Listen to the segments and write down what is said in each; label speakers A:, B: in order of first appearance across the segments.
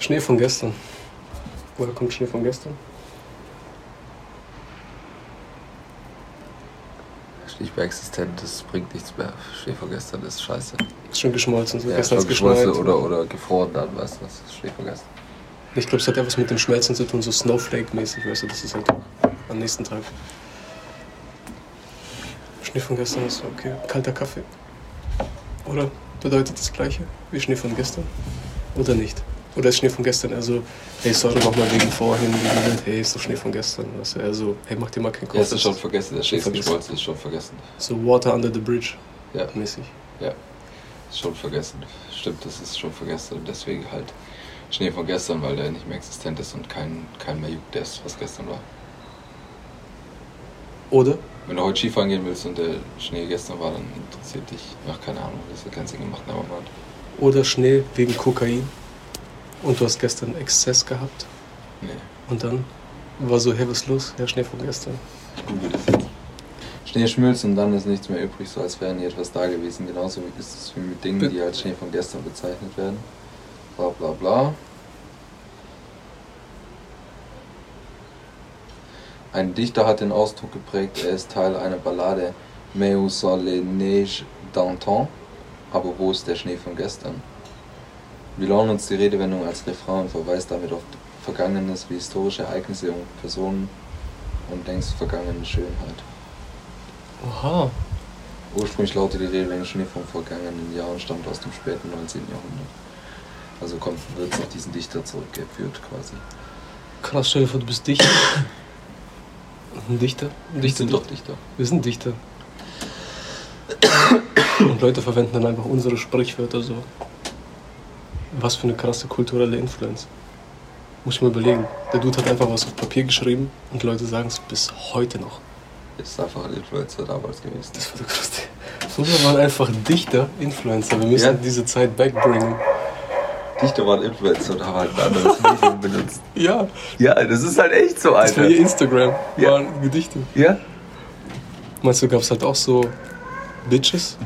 A: Schnee von gestern. Woher kommt Schnee von gestern?
B: Ist nicht mehr existent, das bringt nichts mehr. Schnee von gestern ist scheiße.
A: Ist schon geschmolzen. So
B: Ja,
A: gestern
B: schon
A: ist geschmolzen.
B: geschmolzen oder, oder gefroren dann, weißt du, das ist Schnee von gestern.
A: Ich glaube, es hat etwas mit dem Schmelzen zu tun, so Snowflake-mäßig, weißt du, das ist halt am nächsten Tag. Schnee von gestern ist okay, kalter Kaffee. Oder bedeutet das gleiche wie Schnee von gestern? Oder nicht? Oder ist Schnee von gestern eher so, hey, sorry nochmal wegen vorhin, wegen Wind, hey, ist doch Schnee von gestern. Weißt du, eher so, hey, mach dir mal keinen Kopf.
B: Ja, es ist schon vergessen, der Schnee ist
A: Vergessen.
B: geschmolzen, ist schon vergessen.
A: So Water Under the Bridge
B: Ja,
A: mäßig.
B: ist schon vergessen. Stimmt, das ist schon vergessen und deswegen halt Schnee von gestern, weil der nicht mehr existent ist und kein, kein mehr juckt, der ist, was gestern war.
A: Oder?
B: Wenn du heute Skifahren gehen willst und der Schnee gestern war, dann interessiert dich, ach keine Ahnung, das hat keinen Sinn gemacht, aber man.
A: Oder Schnee wegen Kokain. Und du hast gestern Exzess gehabt.
B: Nee,
A: Und dann war so, hey, was ist los? Ja, Schnee von gestern.
B: ich google das jetzt. Schnee schmilzt und dann ist nichts mehr übrig, so als wäre nie etwas da gewesen. Genauso ist es wie mit Dingen, die als Schnee von gestern bezeichnet werden. Bla bla bla. Ein Dichter hat den Ausdruck geprägt, er ist Teil einer Ballade. Mais où sont les neiges d'antan? Aber wo ist der Schnee von gestern? Wir lernen uns die Redewendung als Refrain und verweist damit auf Vergangenes wie historische Ereignisse und Personen und längst vergangene Schönheit.
A: Oha.
B: Ursprünglich lautet die Redewendung Schnee vom vergangenen Jahr und stammt aus dem späten 19. Jahrhundert. Also kommt, wird es auf diesen Dichter zurückgeführt quasi.
A: Krass, stell dir vor, du bist Dichter. Ein Dichter? Ein
B: Wir
A: Dichter
B: sind doch Dichter.
A: Wir sind Dichter. Und Leute verwenden dann einfach unsere Sprichwörter so. Was für eine krasse kulturelle Influenz. Muss ich mir überlegen. Der Dude hat einfach was auf Papier geschrieben und Leute sagen es bis heute noch.
B: Ist einfach ein Influencer damals gewesen.
A: Das war der größte. Früher waren einfach Dichter Influencer. Wir müssen
B: Ja.
A: diese Zeit backbringen.
B: Dichter waren Influencer und haben halt ein anderes Medium benutzt.
A: Ja,
B: Ja, das ist halt echt so,
A: das war ihr Instagram.
B: Ja.
A: Waren Gedichte.
B: Ja?
A: Meinst du, gab es halt auch so Bitches?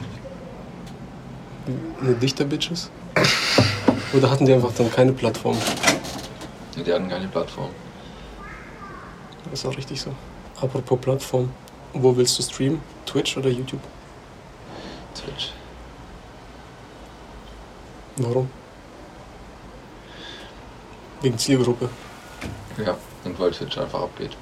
A: Ne, Dichter-Bitches? Oder hatten die einfach dann keine Plattform?
B: Die hatten keine Plattform.
A: Ist auch richtig so. Apropos Plattform, wo willst du streamen? Twitch oder YouTube?
B: Twitch.
A: Warum? Wegen Zielgruppe.
B: Ja, und weil Twitch einfach abgeht.